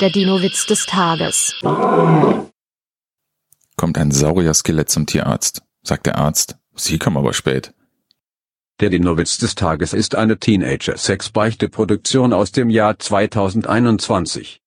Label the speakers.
Speaker 1: Der Dino-Witz des Tages.
Speaker 2: Kommt ein Saurier-Skelett zum Tierarzt, sagt der Arzt. Sie kommen aber spät.
Speaker 3: Der Dinowitz des Tages ist eine Teenager-Sex-Beichte-Produktion aus dem Jahr 2021.